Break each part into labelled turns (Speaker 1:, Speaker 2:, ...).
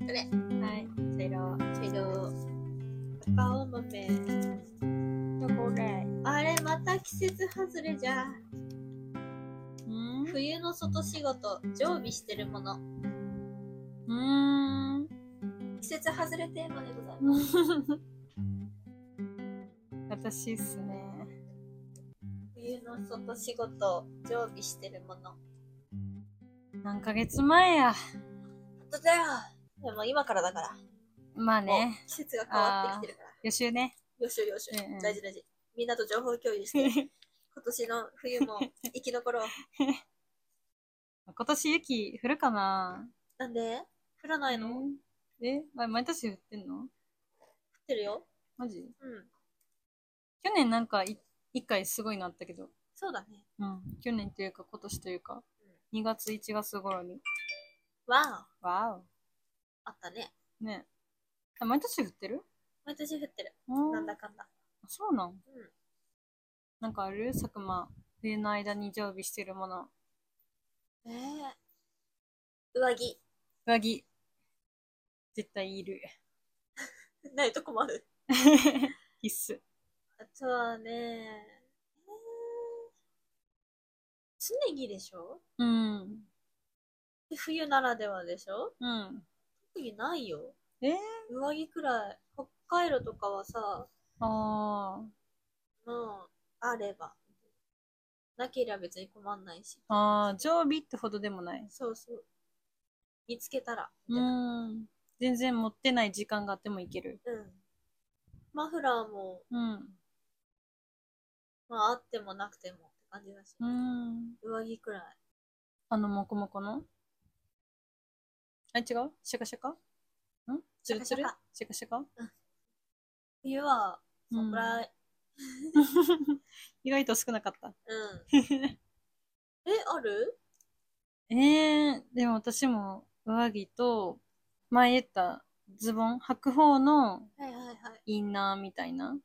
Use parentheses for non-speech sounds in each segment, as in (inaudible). Speaker 1: それ
Speaker 2: はい。茶色。
Speaker 1: けど
Speaker 2: 赤青豆。どこがい
Speaker 1: あれまた季節外れじゃ
Speaker 2: うん
Speaker 1: 冬の外仕事常備してるもの
Speaker 2: うん。
Speaker 1: 季節外れテーマでございます
Speaker 2: 私っすね。
Speaker 1: 冬の外仕事常備してるもの
Speaker 2: 何ヶ月前や。
Speaker 1: 本当だよでも今からだから
Speaker 2: まあ
Speaker 1: も
Speaker 2: ね。
Speaker 1: う季節が変わってきてるから
Speaker 2: 予習 (laughs) ね。
Speaker 1: よしよよし、
Speaker 2: うんうん
Speaker 1: 大事大事みんなと情報共有
Speaker 2: (laughs)
Speaker 1: して今年の冬も生き残ろう
Speaker 2: 今年雪降るかな
Speaker 1: なんで降らないの降っ
Speaker 2: えま毎年降ってんの
Speaker 1: てるよ
Speaker 2: マジ
Speaker 1: うん
Speaker 2: 去年なんかい一回すごいのあったけど。
Speaker 1: そうだね
Speaker 2: うん。去年というか今年というか、2月1月頃に。
Speaker 1: わあ
Speaker 2: わ
Speaker 1: あったね
Speaker 2: お。ね。あ毎年降ってる
Speaker 1: 毎年降ってる
Speaker 2: な
Speaker 1: なんだかんだ
Speaker 2: そうなん
Speaker 1: うん
Speaker 2: なんかある佐久間。冬の間に常備してるもの。
Speaker 1: ええ上着
Speaker 2: 上着。絶対い (laughs) る。
Speaker 1: ないと困る
Speaker 2: 必須。
Speaker 1: あとはねえー常着でしょ
Speaker 2: うん。
Speaker 1: で冬ならではでしょ
Speaker 2: うん。
Speaker 1: 特にないよ
Speaker 2: えー
Speaker 1: 上着くらい北海道とかはさ
Speaker 2: あ
Speaker 1: うん、あれば。なければ別に困んないし。
Speaker 2: あ。ああ、常備ってほどでもない。
Speaker 1: そうそう。見つけたら。み
Speaker 2: う
Speaker 1: たいな。
Speaker 2: ん。全然持ってない時間があってもいける。
Speaker 1: うん。マフラーも、
Speaker 2: うん。
Speaker 1: まああってもなくてもって感じだし。
Speaker 2: うん。
Speaker 1: 上着くらい。
Speaker 2: あの、もこもこのあ、違うシャカシャカんつるつるシャカシ (laughs) ャカ
Speaker 1: 冬は、そんくらい。
Speaker 2: 意外と少なかった。
Speaker 1: うん。 (laughs) え、ある
Speaker 2: ええでも私も上着と、前言ったズボン、白鵬の
Speaker 1: はいはいはい。
Speaker 2: インナーみたいな。
Speaker 1: うん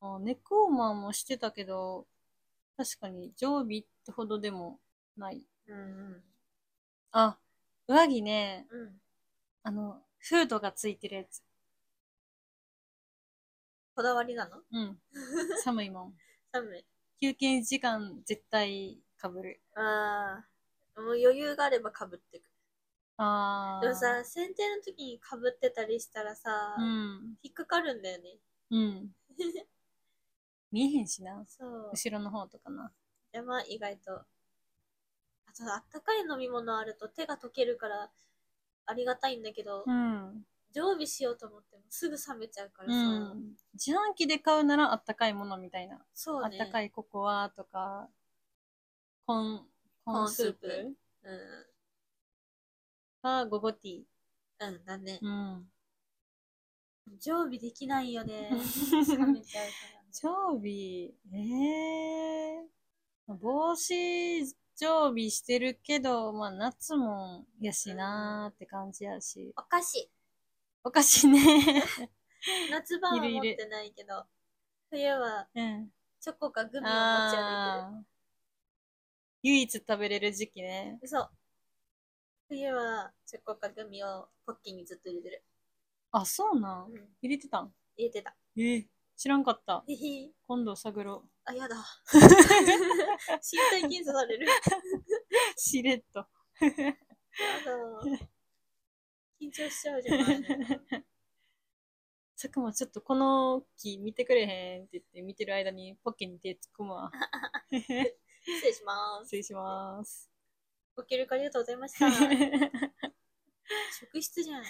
Speaker 1: うん。
Speaker 2: あネックウォーマーもしてたけど、確かに常備ってほどでもない。
Speaker 1: うんうん。
Speaker 2: あ、上着ね、
Speaker 1: うん。
Speaker 2: あの、フードがついてるやつ。
Speaker 1: こだわりなの
Speaker 2: うん。寒いもん。
Speaker 1: 寒い。
Speaker 2: 休憩時間絶対被る。
Speaker 1: ああ。もう余裕があればかぶってく。
Speaker 2: あー。
Speaker 1: でもさ、剪定の時にかぶってたりしたらさ、
Speaker 2: うん。
Speaker 1: 引っかかるんだよね。
Speaker 2: うん。見えへんしな。
Speaker 1: そう。
Speaker 2: 後ろの方とかな。
Speaker 1: でまあ意外と。あと、あったかい飲み物あると手が溶けるから、ありがたいんだけど、
Speaker 2: うん。
Speaker 1: 常備しようと思ってもすぐ冷めちゃうからさ。
Speaker 2: うん。自販機で買うならあったかいものみたいな。
Speaker 1: そう
Speaker 2: あっ
Speaker 1: ね。
Speaker 2: たか
Speaker 1: い。
Speaker 2: いココアとか、コン、コ
Speaker 1: コ
Speaker 2: ン
Speaker 1: ンス
Speaker 2: ス
Speaker 1: ー
Speaker 2: ー
Speaker 1: プ
Speaker 2: プ
Speaker 1: う
Speaker 2: かゴゴティー。
Speaker 1: ん。うん、だね。
Speaker 2: うん。
Speaker 1: 常備できないよ (laughs) ね。
Speaker 2: (laughs)
Speaker 1: 冷
Speaker 2: 常
Speaker 1: めちゃうから、ね。
Speaker 2: 備、ええ帽子常備してるけど、まあ夏もやしなーって感じやし。
Speaker 1: お菓子。
Speaker 2: おかしい
Speaker 1: (laughs)
Speaker 2: ね。
Speaker 1: 夏場はい
Speaker 2: るい
Speaker 1: 持っ
Speaker 2: る
Speaker 1: てないけど、冬は
Speaker 2: うん。
Speaker 1: チョコかグミを持ち歩いて
Speaker 2: あー唯一食べれる時期ね。
Speaker 1: る。そう。冬はチョコかグミをポッキーにずっと入れてる。
Speaker 2: あ、そうなん
Speaker 1: うん。
Speaker 2: 入れてたん
Speaker 1: 入れてた。
Speaker 2: え知らんかった。
Speaker 1: へへ。
Speaker 2: 今度探ろ
Speaker 1: あ、や
Speaker 2: (laughs)
Speaker 1: だ。身体検査される。や
Speaker 2: う。しれっと。
Speaker 1: だ。緊張しちゃうじゃない。
Speaker 2: 佐久間ちょっとこの木見てくれへんって言って見てる間にポッケに手突っ込む (laughs) わ。
Speaker 1: 失礼します。
Speaker 2: (laughs) 失礼します。
Speaker 1: ご協力ありがとうございました。職質じゃん。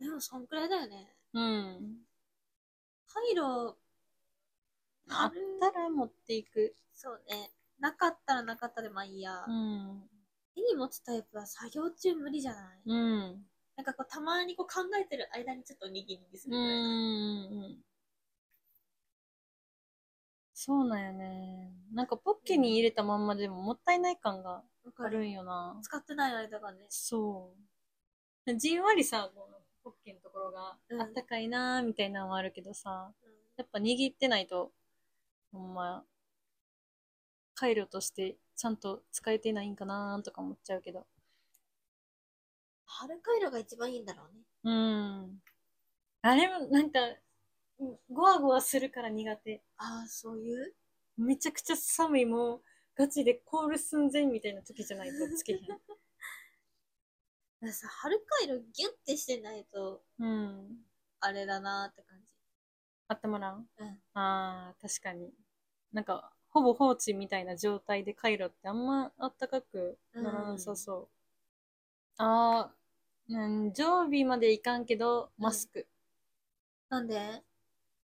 Speaker 1: でも、そんくらいだよね。
Speaker 2: (laughs) うん。
Speaker 1: カイロ、
Speaker 2: あ
Speaker 1: あ
Speaker 2: っ
Speaker 1: る。
Speaker 2: たら持っていく。
Speaker 1: そうね。なかったらなかったでまあいいや。
Speaker 2: うん。
Speaker 1: 手に持つタイプは作業中無理じゃない
Speaker 2: うん。
Speaker 1: なんかこう、たまにこう考えてる間にちょっとおにぎりにす
Speaker 2: う
Speaker 1: るくらいだね。
Speaker 2: ん。そうなんよね。なんかポッケに入れたまんまでももったいない感が
Speaker 1: わか
Speaker 2: ある
Speaker 1: る。
Speaker 2: んよな。
Speaker 1: 使ってない間がね。
Speaker 2: そう。じんわりさ、このポッケのところが
Speaker 1: うん
Speaker 2: あったかいなーみたいなのはあるけどさ、
Speaker 1: うん
Speaker 2: やっぱ握ってないと、ほんま、回路としてちゃんと使えてないんかなーとか思っちゃうけど。
Speaker 1: 春回路が一番いいんだろうね。
Speaker 2: うん。あれもなんか、ゴワゴワするから苦手。
Speaker 1: ああ、そういう
Speaker 2: めちゃくちゃ寒いもうガチで凍る寸前みたいな時じゃないとつけへん。
Speaker 1: だからさ、春回路ギュッてしてないと、
Speaker 2: うん。
Speaker 1: あれだなーって感じ。
Speaker 2: あったまらん
Speaker 1: うん。
Speaker 2: あー、確かに。なんか、ほぼ放置みたいな状態でカイロってあんまあったかくならなさそう。あー、うん、常備までいかんけど、マスク。
Speaker 1: なんで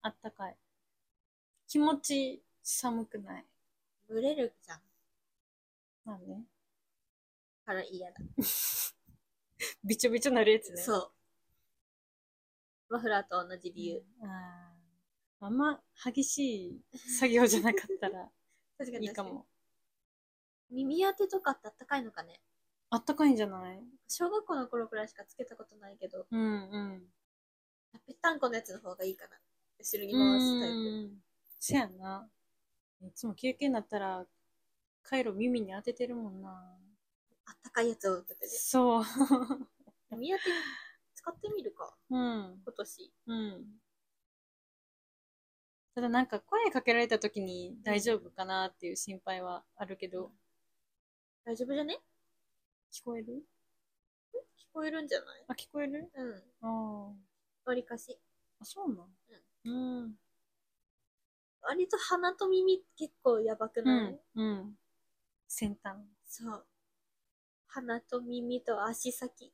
Speaker 2: あったかい。気持ち寒くない。
Speaker 1: ブレるじゃん。
Speaker 2: まあね。
Speaker 1: から嫌だ。
Speaker 2: びちょびちょなるやつね。
Speaker 1: そう。マフラーと同じ理由。
Speaker 2: あーあんま激しい作業じゃなかったら
Speaker 1: (laughs) 確
Speaker 2: いいか。も。
Speaker 1: 耳当てとかってあったかいのかね
Speaker 2: あったかいんじゃない
Speaker 1: 小学校の頃くらいしかつけたことないけど、
Speaker 2: うんうん。
Speaker 1: ぺったんこのやつの方がいいかな。後ろに
Speaker 2: う
Speaker 1: 回すタイプ。
Speaker 2: ん。せやな。いつも休憩になったら、カイロ耳に当ててるもんな。
Speaker 1: あったかいやつを受けてね。
Speaker 2: そう。
Speaker 1: 耳当て使ってみるか、
Speaker 2: うん。
Speaker 1: 今年。
Speaker 2: うん。ただなんか声かけられた時に大丈夫かなっていう心配はあるけど、
Speaker 1: 大丈夫じゃね
Speaker 2: 聞こえる
Speaker 1: 聞こえるんじゃない
Speaker 2: あ、聞こえる
Speaker 1: うん。
Speaker 2: ああ。
Speaker 1: わりかし。
Speaker 2: あ、そうなんうん。
Speaker 1: 割と鼻と耳結構やばく
Speaker 2: う
Speaker 1: ない、
Speaker 2: ん。うん。先 (laughs) 端。
Speaker 1: そう。鼻と耳と足先。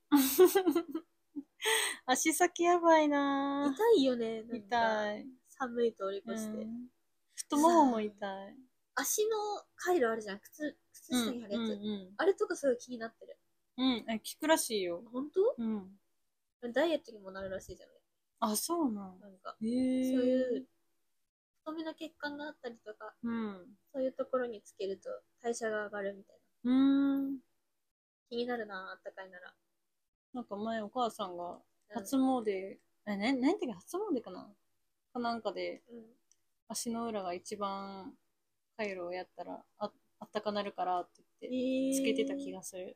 Speaker 2: 足先やばいな
Speaker 1: 痛
Speaker 2: ぁ
Speaker 1: いよね。なんか
Speaker 2: 痛い。
Speaker 1: 寒いと折り越して。
Speaker 2: うん太ももも痛い。
Speaker 1: 足の回路あるじゃん。靴、靴下にあるやつ。
Speaker 2: うん
Speaker 1: あれとかすごい気になってる。
Speaker 2: うん、うん。え、聞くらしいよ。
Speaker 1: 本
Speaker 2: うん。
Speaker 1: 当ダイエットにもなるらしいじゃない
Speaker 2: あ、そうなん。
Speaker 1: なんか、そ
Speaker 2: へ
Speaker 1: う
Speaker 2: え。
Speaker 1: いう、太めの血管があったりとか、
Speaker 2: うん。
Speaker 1: そういうところにつけると代謝が上がるみたいな。
Speaker 2: うーん。
Speaker 1: 気になるな、あったかいなら。
Speaker 2: なんか前お母さんが
Speaker 1: うん
Speaker 2: 初詣、え、ね、なんていうか初詣かなかなんかで
Speaker 1: うん。
Speaker 2: 足の裏が一番回路をやったらああったかなるからって言ってつけてた気
Speaker 1: が。
Speaker 2: がする。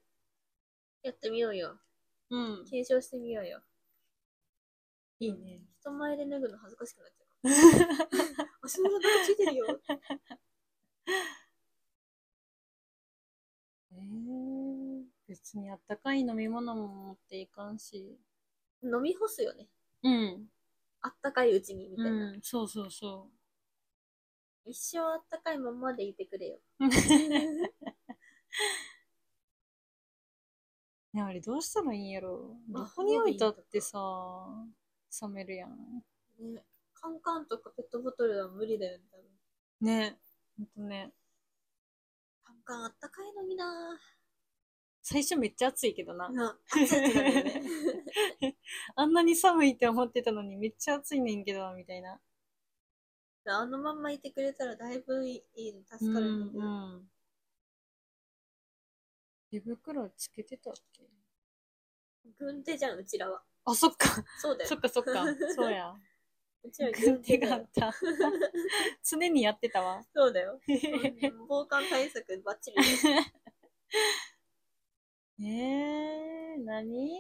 Speaker 1: やってみようよ。
Speaker 2: うん。
Speaker 1: 検証してみようよ。
Speaker 2: いいね。
Speaker 1: 人前で脱ぐの恥ずかしくなっちゃう。
Speaker 2: (laughs)
Speaker 1: 足の裏どこついてるよ。
Speaker 2: えー、別にあったかい飲み物も持っていかんし。
Speaker 1: 飲み干すよね。
Speaker 2: うん。
Speaker 1: あったかいうちに、みたいな。
Speaker 2: うん、そうそうそ
Speaker 1: 一生あったかいままでいてくれよ。
Speaker 2: (laughs) う。ね、あれどうしたらいいんやろどこに置いたってさ、冷めるやん。
Speaker 1: ね、カンカンとかペットボトルは無理だよね、多分。
Speaker 2: ね。ほんとね。
Speaker 1: カンカンあったかいのにな
Speaker 2: 最初めっちゃ暑いけどな。
Speaker 1: な、暑いってなるよね。
Speaker 2: (laughs) あんなに寒いって思ってたのにめっちゃ暑いねんけど、みたいな。
Speaker 1: あのまんまいてくれたらだいぶいいの、助かるんだけど。
Speaker 2: うんうん手袋つけてたっけ
Speaker 1: 軍手じゃん、うちらは。
Speaker 2: あ、そっか。
Speaker 1: そうだよ
Speaker 2: そっ。かそっか。そうや。
Speaker 1: うちら軍
Speaker 2: 軍
Speaker 1: 手
Speaker 2: 手
Speaker 1: だ
Speaker 2: があ
Speaker 1: よ
Speaker 2: っ。た。 (laughs) 常にやってたわ。
Speaker 1: そうだよ。うん防寒対策バッチリだよ。
Speaker 2: ええー、何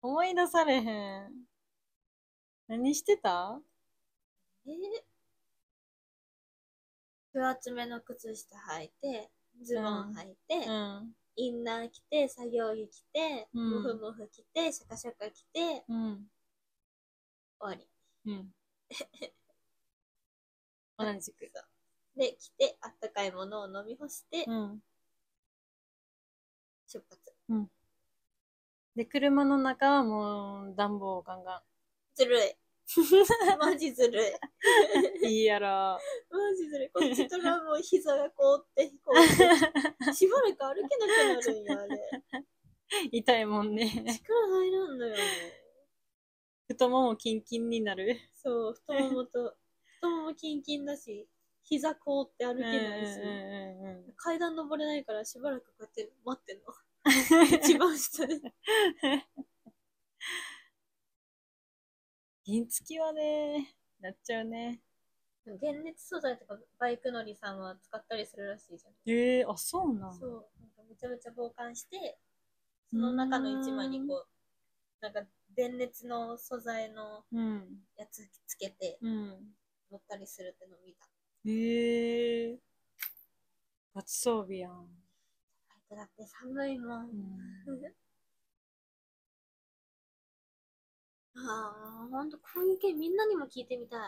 Speaker 2: 思い出されへん。何してた
Speaker 1: えー分厚めの靴下履いて、ズボン履いて、
Speaker 2: うん。
Speaker 1: インナー着て、作業着着て、
Speaker 2: うん
Speaker 1: モフモフ着て、シャカシャカ着て、
Speaker 2: うん。
Speaker 1: 終わり。
Speaker 2: うん。 (laughs) 同じく。
Speaker 1: そうで、着て、あったかいものを飲み干して、
Speaker 2: うん。
Speaker 1: 出発。
Speaker 2: で、車の中はもう暖房ガンガ
Speaker 1: ずる
Speaker 2: (laughs)
Speaker 1: い。マジずるい。
Speaker 2: ン。いいやろ。
Speaker 1: マジずるい。こっちとらもう膝が凍って、こ (laughs) うして、しばらく歩けなくなるんよ、あれ。
Speaker 2: (laughs) 痛いもんね。
Speaker 1: 力入らんのよ、ね。
Speaker 2: 太ももキンキンになる。
Speaker 1: そう、太ももと、太ももキンキンだし、膝凍って歩
Speaker 2: うん
Speaker 1: け
Speaker 2: うん
Speaker 1: ないし、
Speaker 2: うんうん。
Speaker 1: 階段登れないからしばらくこうやって待ってん (laughs) の。一番下で。
Speaker 2: 原付きはね、なっちゃうね。
Speaker 1: 電熱素材とかバイク乗りさんは使ったりするらしいじゃん。
Speaker 2: ええー、あ、そうなん。
Speaker 1: そう、なんかめちゃめちゃ防寒して、その中の一枚にこう、なんか電熱の素材の
Speaker 2: うん。
Speaker 1: やつつけて
Speaker 2: うん。
Speaker 1: 乗ったりするってのを見た。
Speaker 2: ええー。ごちそうびやん。
Speaker 1: だって寒いもん。ああ、ほんと、こういう系みんなにも聞いてみたい。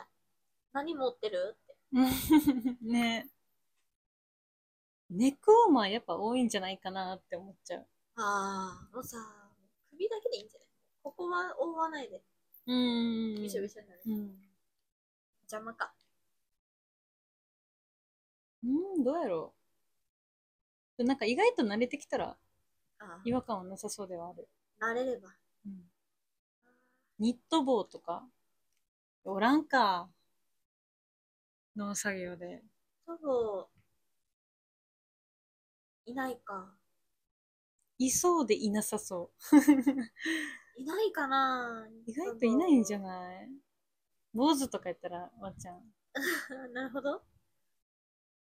Speaker 1: 何持ってるって。
Speaker 2: (laughs) ね。ネックウォーマーやっぱ多いんじゃないかなって思っちゃう。
Speaker 1: ああ、もうさ、首だけでいいんじゃないここは覆わないで。
Speaker 2: うん
Speaker 1: びしょびしょになる。
Speaker 2: うん。
Speaker 1: 邪魔か。
Speaker 2: うん、どうやろう。なんか意外と慣れてきたら
Speaker 1: あ
Speaker 2: 違和感はなさそうではある。
Speaker 1: あ、慣れれば。
Speaker 2: ニット帽とか、おらんか。農作業で。
Speaker 1: ほぼ、いないか。
Speaker 2: いそうでいなさそ (laughs)
Speaker 1: いないかな
Speaker 2: う。意外といないんじゃ
Speaker 1: い
Speaker 2: ない坊主とかやったら、わっちゃん。
Speaker 1: (laughs) なるほど。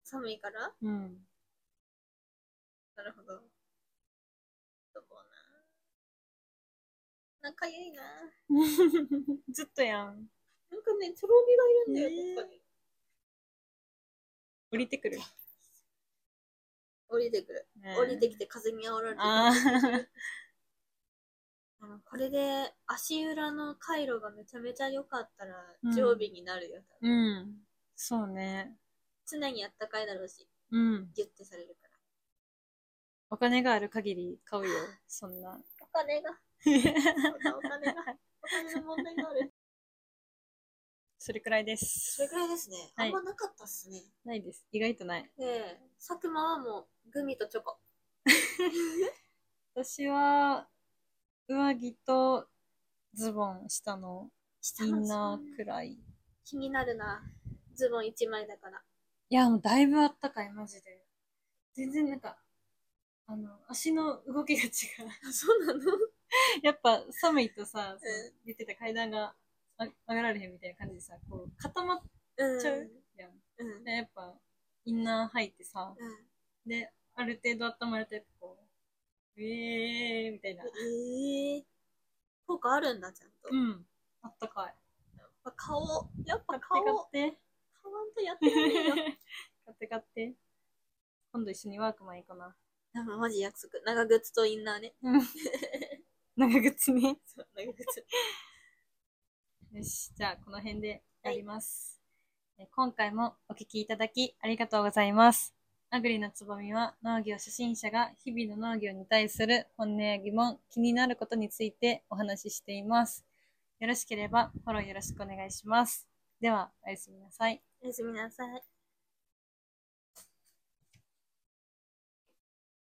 Speaker 1: 寒いから
Speaker 2: うん。
Speaker 1: なるほど。どこな。仲良いな。
Speaker 2: (laughs) ずっとやん。
Speaker 1: なんかね、チョロギがいるんだよ、
Speaker 2: ね
Speaker 1: ここに。
Speaker 2: 降りてくる。
Speaker 1: 降りてくる。
Speaker 2: ね
Speaker 1: 降りてきて風に煽られてくる
Speaker 2: ああ。
Speaker 1: あのこれで足裏の回路がめちゃめちゃ良かったら
Speaker 2: うん
Speaker 1: 常備になるよ、多分
Speaker 2: (laughs) うん。そうね。
Speaker 1: 常にあったかいだろうし、
Speaker 2: うん。
Speaker 1: ギュッてされるから。
Speaker 2: お金がある限り買うよ。そんな。 (laughs)
Speaker 1: お金が、お金が、お金の問題があ
Speaker 2: (laughs)
Speaker 1: る。
Speaker 2: それくらいです。
Speaker 1: それぐらいですね。
Speaker 2: はい
Speaker 1: あんまなかったっすね。
Speaker 2: ないです。意外とない。
Speaker 1: で、佐久間はもうグミとチョコ。
Speaker 2: 私は、上着とズボン、下の
Speaker 1: 下
Speaker 2: イ
Speaker 1: の
Speaker 2: ンナーくらい。い
Speaker 1: 気になるな。ズボン1枚だから。
Speaker 2: や、もうだいぶあったかい、マジで。全然なんか、あの、足の動きが違う。
Speaker 1: そうなの
Speaker 2: やっぱ寒いとさ、その言ってた階段があ上がられへんみたいな感じでさ、こう固まっ
Speaker 1: うん。
Speaker 2: (laughs) ちゃうやん。
Speaker 1: うん。
Speaker 2: でやっぱ、インナー入ってさ、
Speaker 1: うん。
Speaker 2: で、ある程度温まると、やっぱこう、えーみたいな。
Speaker 1: ええー。効果あるんだ、ちゃんと。
Speaker 2: うん。あったかい。
Speaker 1: やっぱ顔、やっぱ
Speaker 2: 買
Speaker 1: 顔、
Speaker 2: って
Speaker 1: 買わんとやって
Speaker 2: 買っ
Speaker 1: られんよ
Speaker 2: (laughs) て。。買って買って。今度一緒にワークマン行こうな。
Speaker 1: でもマジ約束。長靴とインナーね。
Speaker 2: 長靴ね。
Speaker 1: そう、長靴。
Speaker 2: よし、じゃあこの辺でやります、え今回もお聞きいただきありがとうございます。アグリのつぼみは農業初心者が日々の農業に対する本音や疑問、気になることについてお話ししています。よろしければフォローよろしくお願いします。では、おやすみなさい。
Speaker 1: おやすみなさい。